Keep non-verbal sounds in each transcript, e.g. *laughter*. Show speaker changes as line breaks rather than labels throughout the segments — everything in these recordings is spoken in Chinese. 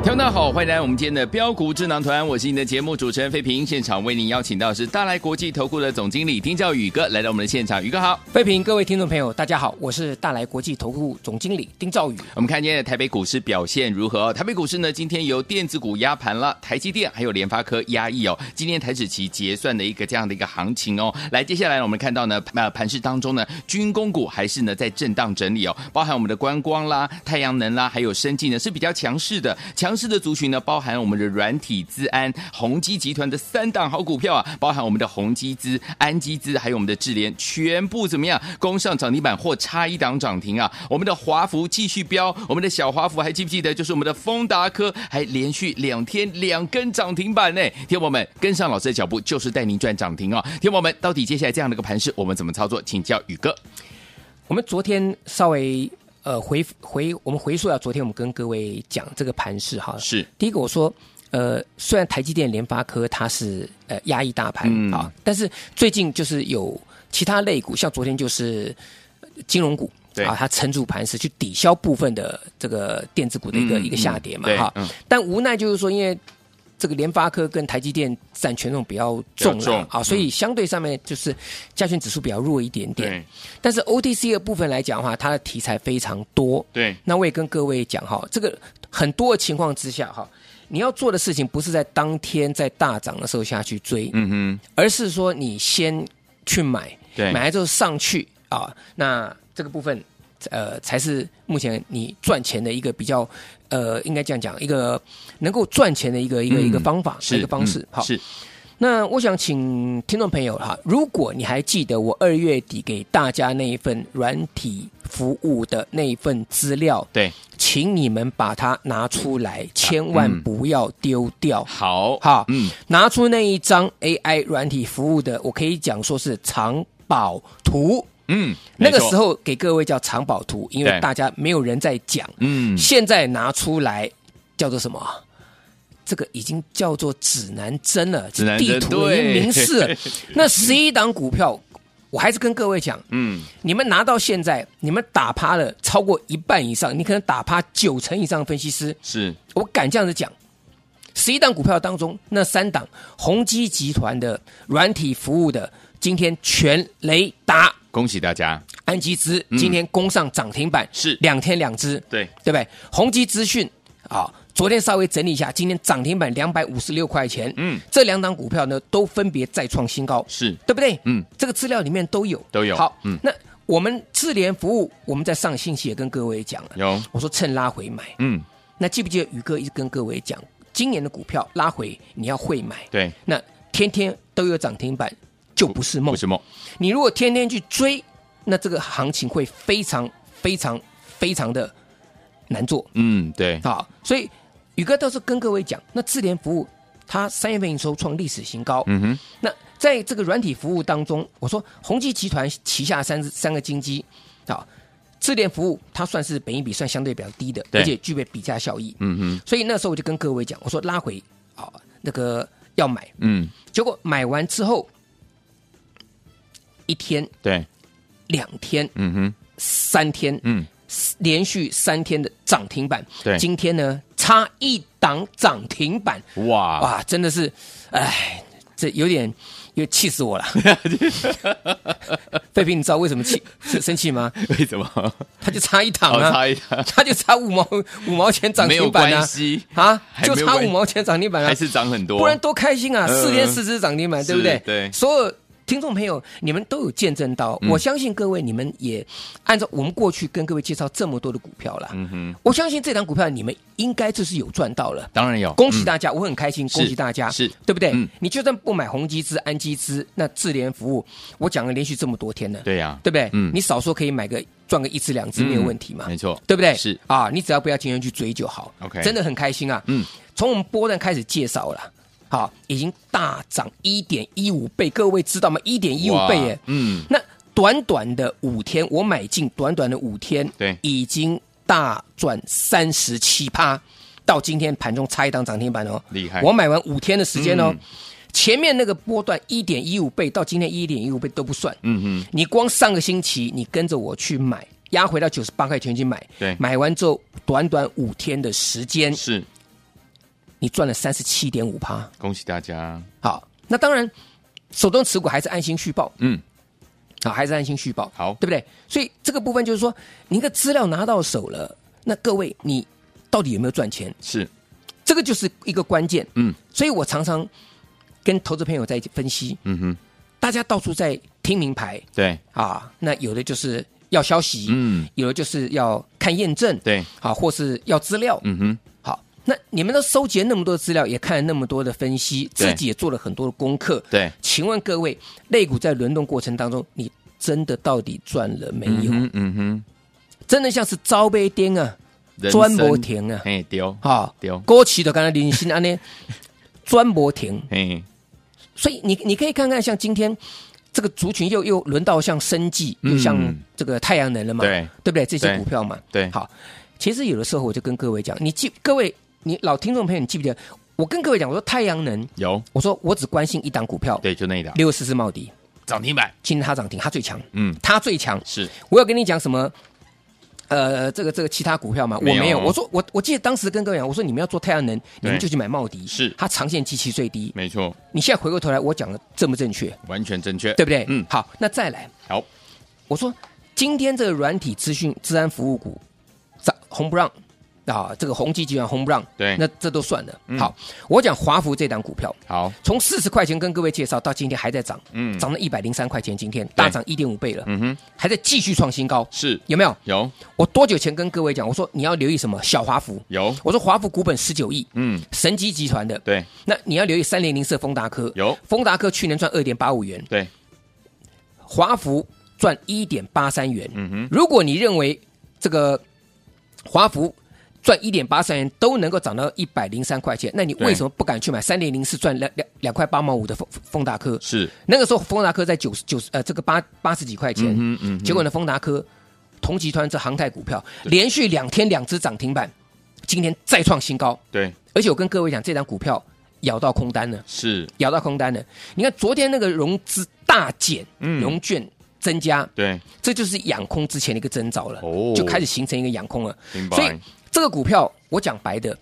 听众大家好，欢迎来到我们今天的标股智囊团，我是你的节目主持人费平。现场为您邀请到是大来国际投顾的总经理丁兆宇哥来到我们的现场，宇哥好。
飞平，各位听众朋友，大家好，我是大来国际投顾总经理丁兆宇。
我们看今天的台北股市表现如何、哦？台北股市呢，今天由电子股压盘了，台积电还有联发科压抑哦。今天台指期结算的一个这样的一个行情哦。来，接下来呢我们看到呢，呃，盘市当中呢，军工股还是呢在震荡整理哦，包含我们的观光啦、太阳能啦，还有生技呢是比较强势的。强势的族群呢，包含我们的软体资安、宏基集团的三档好股票啊，包含我们的宏基资、安基资，还有我们的智联，全部怎么样攻上涨停板或差一档涨停啊？我们的华孚继续飙，我们的小华孚还记不记得？就是我们的丰达科还连续两天两根涨停板呢。听众朋友们，跟上老师的脚步，就是带您赚涨停哦。听众朋友们，到底接下来这样的一个盘势，我们怎么操作？请教宇哥。
我们昨天稍微呃回回我们回溯到昨天我们跟各位讲这个盘势哈，
是
第一个我说，呃，虽然台积电、联发科它是呃压抑大盘
嗯
啊、但是最近就是有其他类股，像昨天就是呃金融股。
对
啊，它撑住盘势去抵消部分的这个电子股的一个、
嗯
一个下跌嘛
嗯，对
哈、
嗯
但无奈就是说，因为这个联发科跟台积电占权重比较重
比较
了
重嗯
啊，所以相对上面就是加权指数比较弱一点点。
对
但是 OTC 的部分来讲的话，它的题材非常多。
对
那我也跟各位讲哈，这个很多的情况之下哈，你要做的事情不是在当天在大涨的时候下去追，
嗯哼，
而是说你先去买，
对
买了之后上去啊，那这个部分呃才是目前你赚钱的一个比较呃，应该这样讲，一个能够赚钱的一个一个、
嗯
一个方法，一个方式
嗯。
好，
是
那我想请听众朋友哈，如果你还记得我二月底给大家那一份软体服务的那一份资料，
对，
请你们把它拿出来，千万不要丢掉。
好，
好，
啊嗯，
拿出那一张 AI 软体服务的，我可以讲说是藏宝图。
嗯，
那个
没错
时，候给各位叫藏宝图，因为
对
大家没有人在讲。
嗯，
现在拿出来叫做什么？这个已经叫做指南针了，
指南针
地图已经
对
明示了。那十一档股票，我还是跟各位讲，
嗯，
你们拿到现在，你们打趴了超过一半以上，你可能打趴九成以上的分析师，
是
我敢这样子讲，十一档股票当中，那三档宏基集团的软体服务的，今天全雷达、
恭喜大家，
安吉资今天攻上涨停板，
是
两天两只，
对，
对不对？宏基资讯啊、昨天稍微整理一下，今天涨停板两百五十六块钱，
嗯，
这两档股票呢都分别再创新高，
是
对不对？
嗯，
这个资料里面都有，
都有
好，
嗯
嗯，那我们智联服务，我们在上星期也跟各位讲了，
有，
我说趁拉回买，
嗯，
那记不记得宇哥一直跟各位讲，今年的股票拉回你要会买，
对，
那天天都有涨停板就不是梦
不，是梦，
你如果天天去追，那这个行情会非常非常非常的难做
嗯，对，
啊。所以宇哥倒是跟各位讲，那智联服务它三月份营收创历史新高，
嗯哼，
那在这个软体服务当中，我说宏基集团旗下三三个金基啊，智联服务它算是本益比算相对比较低的，
对
而且具备比价效益。
嗯哼，
所以那时候我就跟各位讲，我说拉回啊，那个要买，
嗯，
结果买完之后一天、
对，
两天、
嗯哼，
三天，
嗯，
连续三天的涨停板，
对
今天呢差一档涨停板，
哇，
哇，真的是，哎，这有点，有点气死
*laughs*
我了。费平，你知道为什么气生生气吗？
*laughs* 为什么？
他就差一档
好
啊，
哦猜一下，
他就差五毛五毛钱涨
没有
停板
关
啊，
系，
啊，
还
就
没有
差
关
五毛钱涨停板啊
还，是涨很多，
不然多开心啊！
嗯
四天四只涨停板，对不
是
对？
对
所有听众朋友，你们都有见证到，
嗯
我相信各位你们也按照我们过去跟各位介绍这么多的股票啦，
嗯哼，
我相信这档股票你们应该就是有赚到了。
当然有，嗯
恭喜
家，
大家，我很开心，
哦
恭
是
喜大家，
是
对不对？
嗯
你就算不买宏基资、安基资，那智联服务，我讲了连续这么多天了，
对呀，
对不对？
嗯
你少说可以买个赚个一只两只没有问题嘛，
没错，
对不对？
是
啊，你只要不要今天去追就好。
OK
真的很开心啊。
嗯，
从我们波段开始介绍了，好，已经大涨一点一五倍，各位知道吗？一点一五
哇
倍耶。
嗯，
那短短的五天，我买进短短的五天，
对
已经大赚三十七趴，到今天盘中差一档涨停板哦，
厉害
我买完五天的时间哦，
嗯
前面那个波段一点一五倍到今天一点一五倍都不算，
嗯哼，
你光上个星期你跟着我去买，压回到九十八块钱去买，
对
买完之后短短五天的时间，
是，
你赚了三十七点五趴。
恭喜大家，
好，那当然，手动持股还是按心续报
嗯，
啊，还是按心续报，
好
对不对？所以这个部分就是说，你的资料拿到手了，那各位你到底有没有赚钱？
是，
这个就是一个关键。
嗯，
所以我常常跟投资朋友在分析，
嗯哼，
大家到处在听名牌
对，
啊，那有的就是要消息，
嗯，
有的就是要看验证，
对，
好，或是要资料，
嗯哼，
好，那你们都收集了那么多资料，也看了那么多的分析，
对
自己也做了很多的功课，
对，
请问各位，肋骨在轮动过程当中，你真的到底赚了没有？
嗯哼嗯哼，
真的像是招杯颠啊，
人
专
生
博停啊，
嘿丢，
好
丢，
过去的刚才林心
*laughs*
安呢，专博停，
嘿，
所以你你可以看看，像今天这个族群又又轮到像生技，
嗯
又像这个太阳能了嘛，
对
对不对？这些
对
股票嘛，
对
好，其实有的时候我就跟各位讲，你记各位，你老听众朋友，你记不记得我跟各位讲，我说太阳能，
有，
我说我只关心一档股票，
对，就那一档
六十四茂迪，
涨停板，
今天它涨停，它最强，
嗯，
它最强，
是，
我有跟你讲什么？呃，这个这个其他股票嘛，我
没有
没有。我说我我记得当时跟各位讲，我说你们要做太阳能，你们就去买茂迪，
是
它长线基期最低。
没错，
你现在回过头来，我讲的正不正确？
完全正确，
对不对？
嗯
嗯，，好，那再来，
好，
我说今天这个软体资讯治安服务股涨红不让啊，这个宏基集团红不让，
对
那这都算了。好，我讲华孚这档股票，
嗯好，
从四十块钱跟各位介绍到今天还在涨，
嗯，
涨到一百零三块钱，今天大涨一点五倍了，
嗯哼，
还在继续创新高，
是，
有没有？
有，
我多久前跟各位讲，我说你要留意什么小华孚，
有，
我说华孚股本十九亿，
嗯，
神机集团的，
对，
那你要留意三零零四丰达科，
有，
丰达科去年赚二点八五元，
对，
华孚赚一点八三元。
嗯哼，
如果你认为这个华孚赚一点八三元都能够涨到一百零三块钱，那你为什么不敢去买三零零四赚两两两块八毛五的丰丰达科？
是，
那个时候丰达科在九十九十呃这个八八十几块钱，
嗯哼嗯哼
结果呢丰达科同集团这航太股票连续两天两只涨停板，今天再创新高，
对，
而且我跟各位讲，这张股票咬到空单了。
是，
咬到空单了。你看昨天那个融资大减，
嗯
融券增加，
对，
这就是养空之前的一个征兆了，
哦
就开始形成一个养空了。
明
所以
白，
这个股票，我讲白的，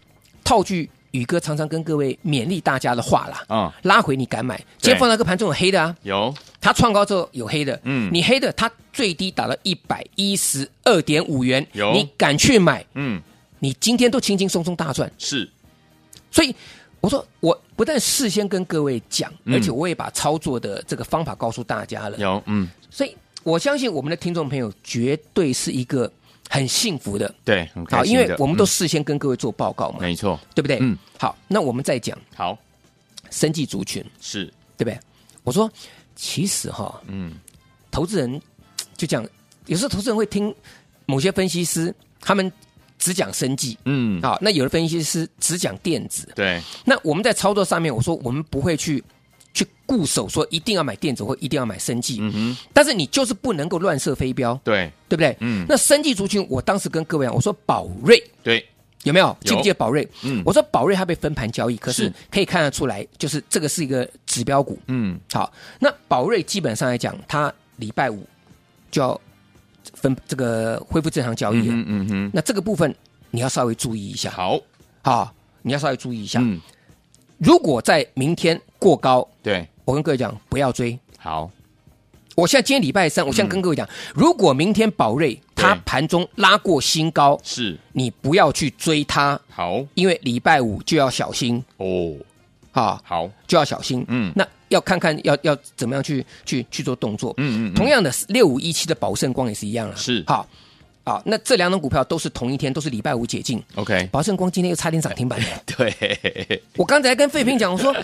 套句宇哥常常跟各位勉励大家的话啦，
嗯，
拉回你敢买，今天放那个盘中有黑的啊，
有，
它创高之后有黑的，
嗯
你黑的它最低打到一百一十二点五元，
有
你敢去买，
嗯，
你今天都轻轻松松大赚。
是，
所以我说，我不但事先跟各位讲，
嗯
而且我也把操作的这个方法告诉大家了。
有，嗯，
所以我相信我们的听众朋友绝对是一个很幸福的，
对，很
好，
开心
因
的
为我们都
嗯
事先跟各位做报告嘛，
没错，
对不对？
嗯，
好，那我们再讲
好，
生技族群，
是，
对不对？我说，其实哈，
嗯，
投资人就讲，有时候投资人会听某些分析师他们只讲生技。
嗯，
好，那有的分析师只讲电子，
对，
那我们在操作上面，我说我们不会去去固守说一定要买电子或一定要买生技，
嗯哼，
但是你就是不能够乱射飞镖，
对，
对不对？
嗯
那生技族群，我当时跟各位讲，我说宝瑞
对，
有没有？
有
记不记得宝瑞？
嗯
我说宝瑞它被分盘交易，可
是
是可以看得出来，就是这个是一个指标股。
嗯，
好，那宝瑞基本上来讲，它礼拜五就要分这个恢复正常交易了。
嗯嗯哼，
那这个部分你要稍微注意一下，
好，
好，你要稍微注意一下。
嗯，
如果在明天过高，
对，
我跟各位讲，不要追。
好，
我现在今天礼拜三，我
嗯
现在跟各位讲，如果明天宝瑞它盘中拉过新高，
是，
你不要去追它，
好，
因为礼拜五就要小心
哦，
啊，
好，
就要小心。
嗯
那要看看要要怎么样去去去做动作。
嗯嗯嗯
同样的，六五一七的宝盛光也是一样了。
是
好，啊，那这两种股票都是同一天，都是礼拜五解禁。 *laughs*
OK，
宝盛光今天又差点涨停
*laughs*
板了。
对，
我刚才跟费平讲，我说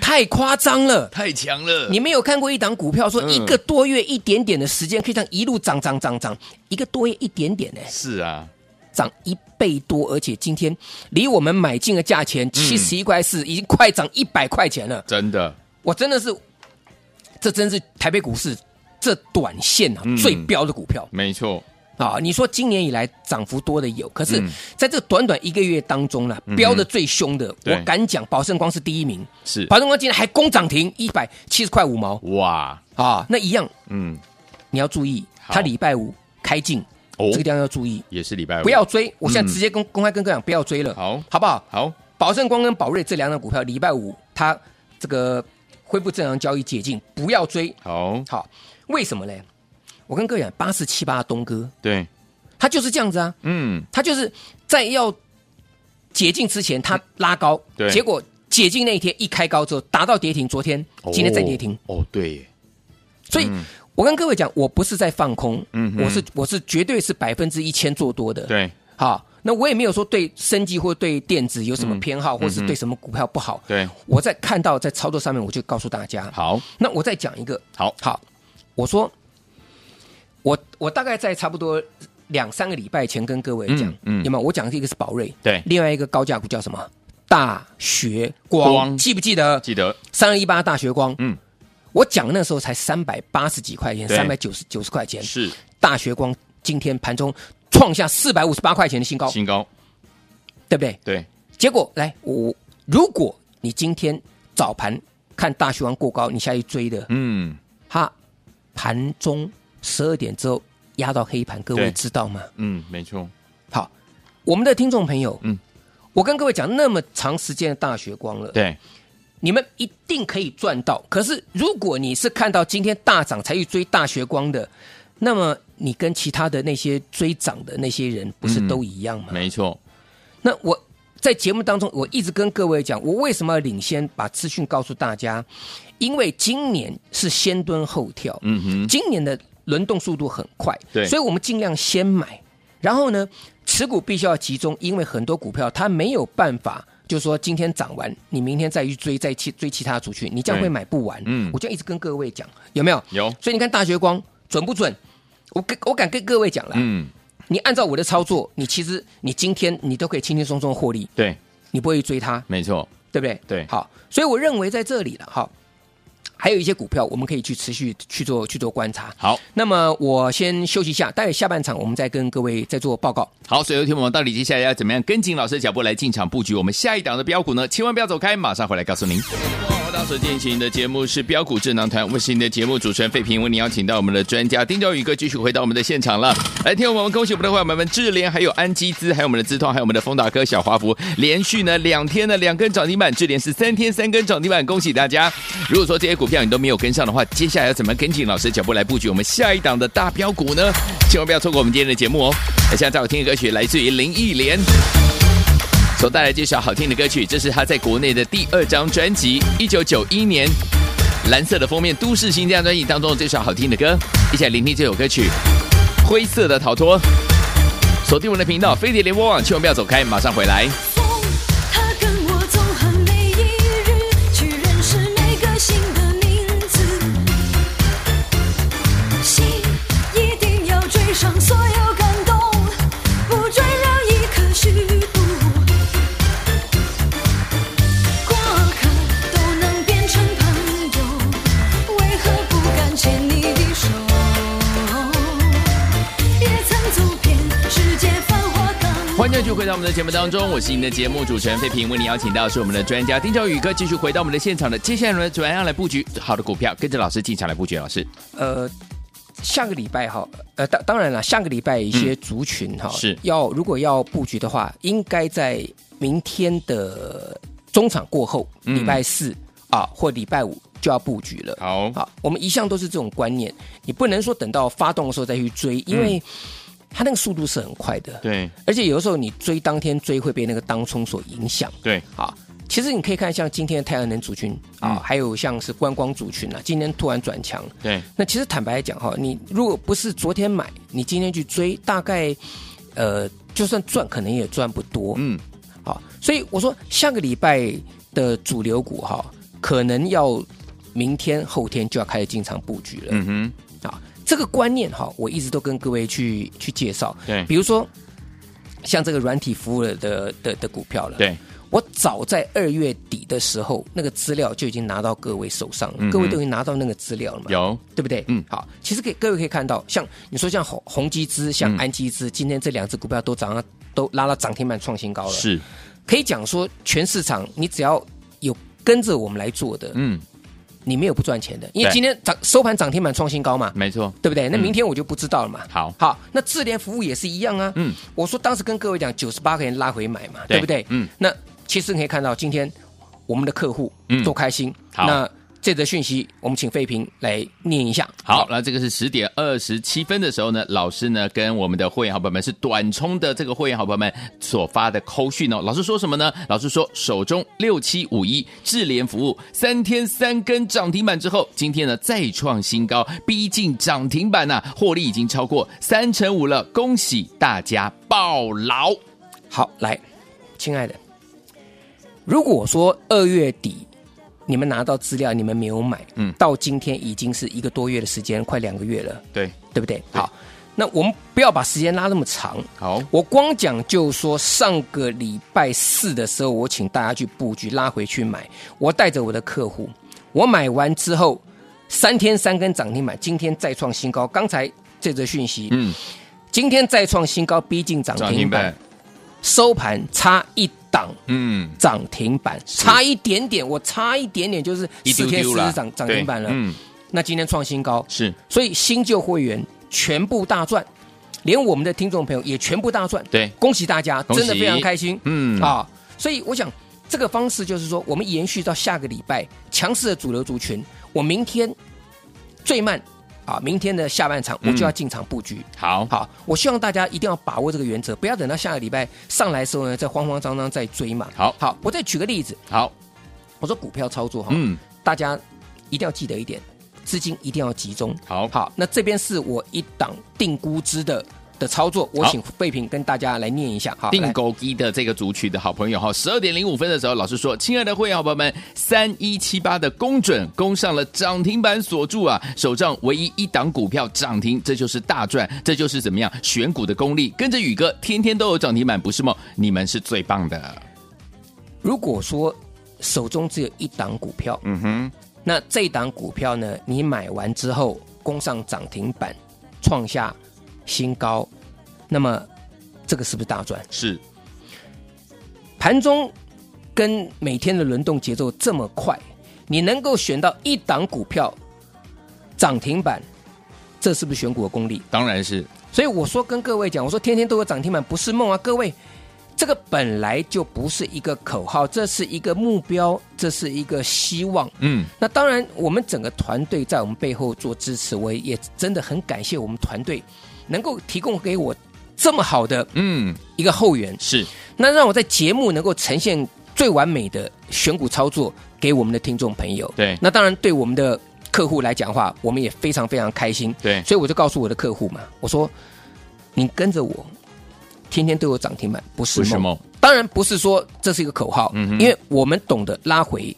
太夸张了。
太强了，
你没有看过一档股票说
嗯
一个多月一点点的时间可以这样一路涨涨涨涨，一个多月一点点呢、
是啊，
涨一倍多，而且今天离我们买进的价
嗯
钱七十一块四，已经快涨一百块钱了。
真的，
我真的是，这真是台北股市这短线啊、
嗯
最标的股票
没错，
啊！你说今年以来涨幅多的有，可是
嗯
在这短短一个月当中呢、
哼
标的最凶的，
对
我敢讲，宝盛光是第一名。
是
宝盛光今天还攻涨停一百七十块五毛
哇，
啊！那一样
嗯，
你要注意，
好
它礼拜五开进，
哦
这个地方要注意，
也是礼拜五，
不要追。我现
嗯
在直接公公开跟各位讲，不要追了，
好
好不好？
好，
宝盛光跟宝瑞这两档股票，礼拜五它这个恢复正常交易解禁，不要追。
好，
好，为什么嘞？我跟各位讲，八四七八东哥，
对，
他就是这样子啊，
嗯，
他就是在要解禁之前，他拉高，
对
结果解禁那一天一开高之后，达到跌停，昨天今天再跌停，
哦，哦，对耶，
所以。我跟各位讲，我不是在放空，
嗯哼
我是我是绝对是百分之一千做多的，
对，
好，那我也没有说对生技或对电子有什么偏好，或
嗯
是
哼
对什么股票不好。
对，
我在看到在操作上面，我就告诉大家。，
好，
那我再讲一个。
好
好，我说，我我大概在差不多两三个礼拜前跟各位讲，
嗯嗯哎
有没有？我讲的一个是宝瑞，
对
另外一个高价股叫什么？大学光，
光
记不记得？
记得，
三二一八大学光，
嗯，
我讲那时候才三百八十几块钱，
对
三百九十九十块钱，
是
大学光今天盘中创下四百五十八块钱的新高，
新高，
对不对？
对，
结果来，我如果你今天早盘看大学王过高，你下去追的，
嗯
它盘中十二点之后压到黑盘，各位
对
知道吗？
嗯，没错，
好，我们的听众朋友，
嗯
嗯，我跟各位讲那么长时间的大学光了，
对，
你们一定可以赚到。可是如果你是看到今天大涨才去追大学光的，那么你跟其他的那些追涨的那些人不是
嗯
都一样吗？
没错，
那我在节目当中，我一直跟各位讲，我为什么要领先把资讯告诉大家？因为今年是先蹲后跳，
嗯哼，
今年的轮动速度很快，
对
所以我们尽量先买，然后呢，持股必须要集中，因为很多股票它没有办法。就是说今天涨完，你明天再去追，再去追其他族群，你这样
对
会买不完。
嗯
我就一直跟各位讲，有没有？
有
所以你看大学光准不准？我跟我敢跟各位讲了，
嗯，
你按照我的操作，你其实你今天你都可以轻轻松松获利，
对，
你不会去追它，
没错，
对不对？
对
好，所以我认为在这里了，好，还有一些股票我们可以去持续去做去做观察。
好。
那么我先休息一下，待会下半场我们再跟各位再做报告。
好，所以有听我们到底接下来要怎么样跟紧老师的脚步来进场布局我们下一档的标股呢？千万不要走开，马上回来告诉您。好，到所进行的节目是标股智囊团，我是您的节目主持人费平，为您邀请到我们的专家丁兆宇哥继续回到我们的现场了。来，听我们恭喜我们的伙伴们智联，还有安基资，还有我们的资通，还有我们的丰达科、小华福，连续呢两天呢两根涨停板，智联是三天三根涨停板，恭喜大家！如果说这些股票你都没有跟上的话，接下来要怎么跟紧老师的脚步来布局我们下一档的大标股呢？千万不要错过我们今天的节目哦。那现在我听的歌曲来自于林忆莲。所带来这首好听的歌曲，这是他在国内的第二张专辑，一九九一年蓝色的封面《都市新疆》专辑当中的这首好听的歌，一起来聆听这首歌曲《灰色的逃脱》。锁定我们的频道飞碟联播网，千万不要走开，马上回来。
风，它跟我纵横每一日，去认识每个新的名字。心一定要追上所有感动，不追留一颗虚度。过客都能变成朋友，为何不敢牵你的手？也曾走遍世界繁华港湾。
欢迎继续回到我们的节目当中，我是您的节目主持人费平，为您邀请到的是我们的专家丁兆宇哥，继续回到我们的现场的。接下来呢，怎么样来布局好的股票？跟着老师进场来布局，老师
呃，下个礼拜哈，呃，当当然了，下个礼拜一些族群哈、
是
要如果要布局的话，应该在明天的中场过后，
嗯
礼拜四、啊或礼拜五就要布局了。
好
好，我们一向都是这种观念，你不能说等到发动的时候再去追，因为它那个速度是很快的。
嗯对
而且有的时候你追当天追会被那个当冲所影响。
对，
好，其实你可以看像今天的太阳能族群啊，
嗯
还有像是观光族群啊，今天突然转强。
对，
那其实坦白讲哈，你如果不是昨天买，你今天去追，大概呃，就算赚，可能也赚不多。
嗯，
好，所以我说下个礼拜的主流股哈，可能要明天后天就要开始进场布局了。
嗯哼，
啊，这个观念哈，我一直都跟各位去去介绍。
对
比如说像这个软体服务的的的的股票了，，
对，
我早在二月底的时候，那个资料就已经拿到各位手上了，
嗯哼
各位都已经拿到那个资料了嘛，
有，
对不对？
嗯
好，其实给各位可以看到，像你说像红红基资、像
嗯
安基资，今天这两只股票都涨到都拉到涨停板创新高了，
是，
可以讲说全市场你只要有跟着我们来做的，
嗯，
你没有不赚钱的，因为
对
今天涨收盘涨停板创新高嘛，
没错，
对不对？那
嗯
明天我就不知道了嘛。
好
好，那智联服务也是一样啊。
嗯，
我说当时跟各位讲九十八个人拉回买嘛，
对
对不对？
嗯，
那其实你可以看到今天我们的客户
嗯
都开心。
好
那这则讯息我们请费平来念一下。
好，那这个是十点二十七分的时候呢，老师呢跟我们的会员好朋友们是短冲的这个会员好朋友们所发的扣讯哦。老师说什么呢？老师说手中六七五一智联服务三天三根涨停板之后，今天呢再创新高，逼近涨停板呐、获利已经超过三成五了，恭喜大家爆牢！
好，来，亲爱的，如果说二月底你们拿到资料，你们没有买，
嗯
到今天已经是一个多月的时间，快两个月了，
对，
对不对？好，那我们不要把时间拉那么长，
好，
我光讲就说上个礼拜四的时候，我请大家去布局拉回去买，我带着我的客户，我买完之后三天三根涨停板，今天再创新高。刚才这则讯息，
嗯，
今天再创新高，逼近涨
涨
停
停
板
板，，
收盘差一档。
嗯，
涨停板差一点点，我差一点点就是
一
四
丢
天
丢
四
了
日涨涨停板了
对。嗯，
那今天创新高，
是
所以新旧会员全部大赚，连我们的听众朋友也全部大赚。
对
恭喜大家，
恭喜
真的非常开心。
嗯
啊，所以我想这个方式就是说，我们延续到下个礼拜强势的主流族群，我明天最慢啊，明天的下半场我就要进场布局。
好，
好，我希望大家一定要把握这个原则，不要等到下个礼拜上来的时候呢，再慌慌张张再追嘛。
好
好，我再举个例子，
好，
我说股票操作哈，
嗯，
大家一定要记得一点，资金一定要集中。
好，
好，那这边是我一档定估值的的操作，我
好
请费平跟大家来念一下哈。
定
来
勾机的这个族群的好朋友哈，十二点零五分的时候，老师说：“亲爱的会员好朋友们，三一七八的公准攻上了涨停板锁住啊，手上唯一一档股票涨停，这就是大赚，这就是怎么样选股的功力。跟着宇哥，天天都有涨停板，不是梦，你们是最棒的。
如果说手中只有一档股票，
嗯哼，
那这一档股票呢，你买完之后攻上涨停板，创下新高，那么这个是不是大赚？
是
盘中跟每天的轮动节奏这么快，你能够选到一档股票涨停板，这是不是选股的功力？
当然是
所以我说跟各位讲，我说天天都有涨停板不是梦啊，各位，这个本来就不是一个口号，这是一个目标，这是一个希望。
嗯，
那当然，我们整个团队在我们背后做支持，我也真的很感谢我们团队能够提供给我这么好的
嗯
一个后援，
是
那让我在节目能够呈现最完美的选股操作给我们的听众朋友。
对
那当然对我们的客户来讲的话，我们也非常非常开心。
对
所以我就告诉我的客户嘛，我说你跟着我，天天都有涨停板，不是
不
梦。
是梦？
当然不是说这是一个口号，
嗯哼
因为我们懂得拉回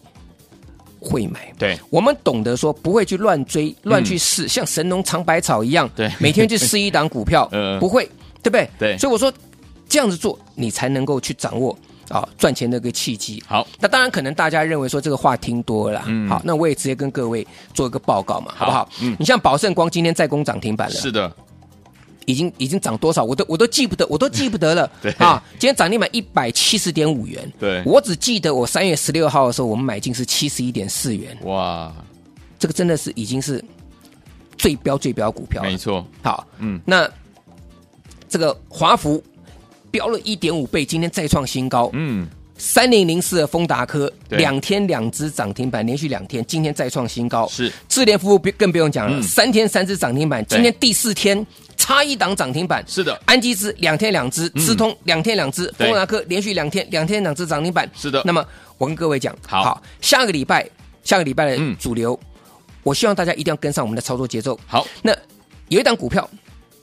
会买。
对
我们懂得说不会去乱追、乱去试，像神农尝百草一样，
嗯对
每天去试一档股票，
*laughs* 呃
不会，对不对？
对
所以我说这样子做，你才能够去掌握啊赚钱的一个契机。
好，
那当然可能大家认为说这个话听多了啦，
嗯
好，那我也直接跟各位做一个报告嘛，好不好
好？嗯
你像宝盛光今天再攻涨停板了，
是的，
已经已经涨多少，我都我都记不得，我都记不得了
*laughs* 。对
啊，今天涨停板一百七十点五元，
对
我只记得我三月十六号的时候，我们买进是七十一点四元，
哇，
这个真的是已经是最标最标股票了
没。错，
好，
嗯
那这个华孚标了一点五倍，今天再创新高。
嗯
三零零四的丰达科
对
两天两只涨停板，连续两天，今天再创新高。
是
智联服务不更不用讲了，
嗯
三天三只涨停板，
对
今天第四天差一档涨停板。
是的嗯
安基资两天两只，资通两天两只，
对
丰达科连续两天两天两只涨停板。
是的
那么我跟各位讲，
好
下个礼拜下个礼拜
嗯
的主流，我希望大家一定要跟上我们的操作节奏。
好，
那有一档股票，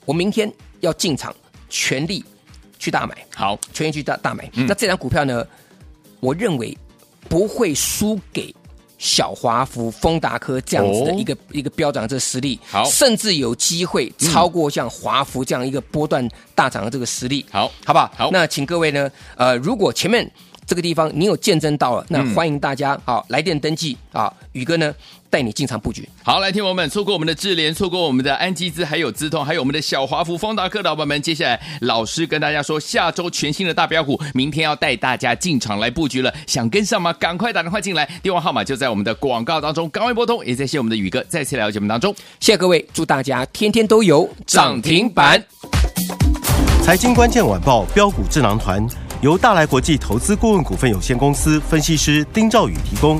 我明天要进场，全力去大买，
好，
全力去大大买。
嗯
那这档股票呢，我认为不会输给小华福、丰达科这样子的
哦
一个、一个飙涨这实力，
好
甚至有机会超过像华福这样一个波段大涨的这个实力。
好
好不好？
好
那请各位呢，呃，如果前面这个地方你有见证到了，那
嗯
欢迎大家好、来电登记啊，宇哥呢带你进场布局。
好，来，听友们，错过我们的智联，错过我们的安基资，还有资通，还有我们的小华福、方达克老板们，接下来老师跟大家说，下周全新的大标股，明天要带大家进场来布局了，想跟上吗？赶快打电话进来，电话号码就在我们的广告当中，赶快拨通。也谢谢我们的宇哥再次来到节目当中，
谢谢各位，祝大家天天都有涨停板。
财经关键晚报标股智囊团由大来国际投资顾问股份有限公司分析师丁兆宇提供。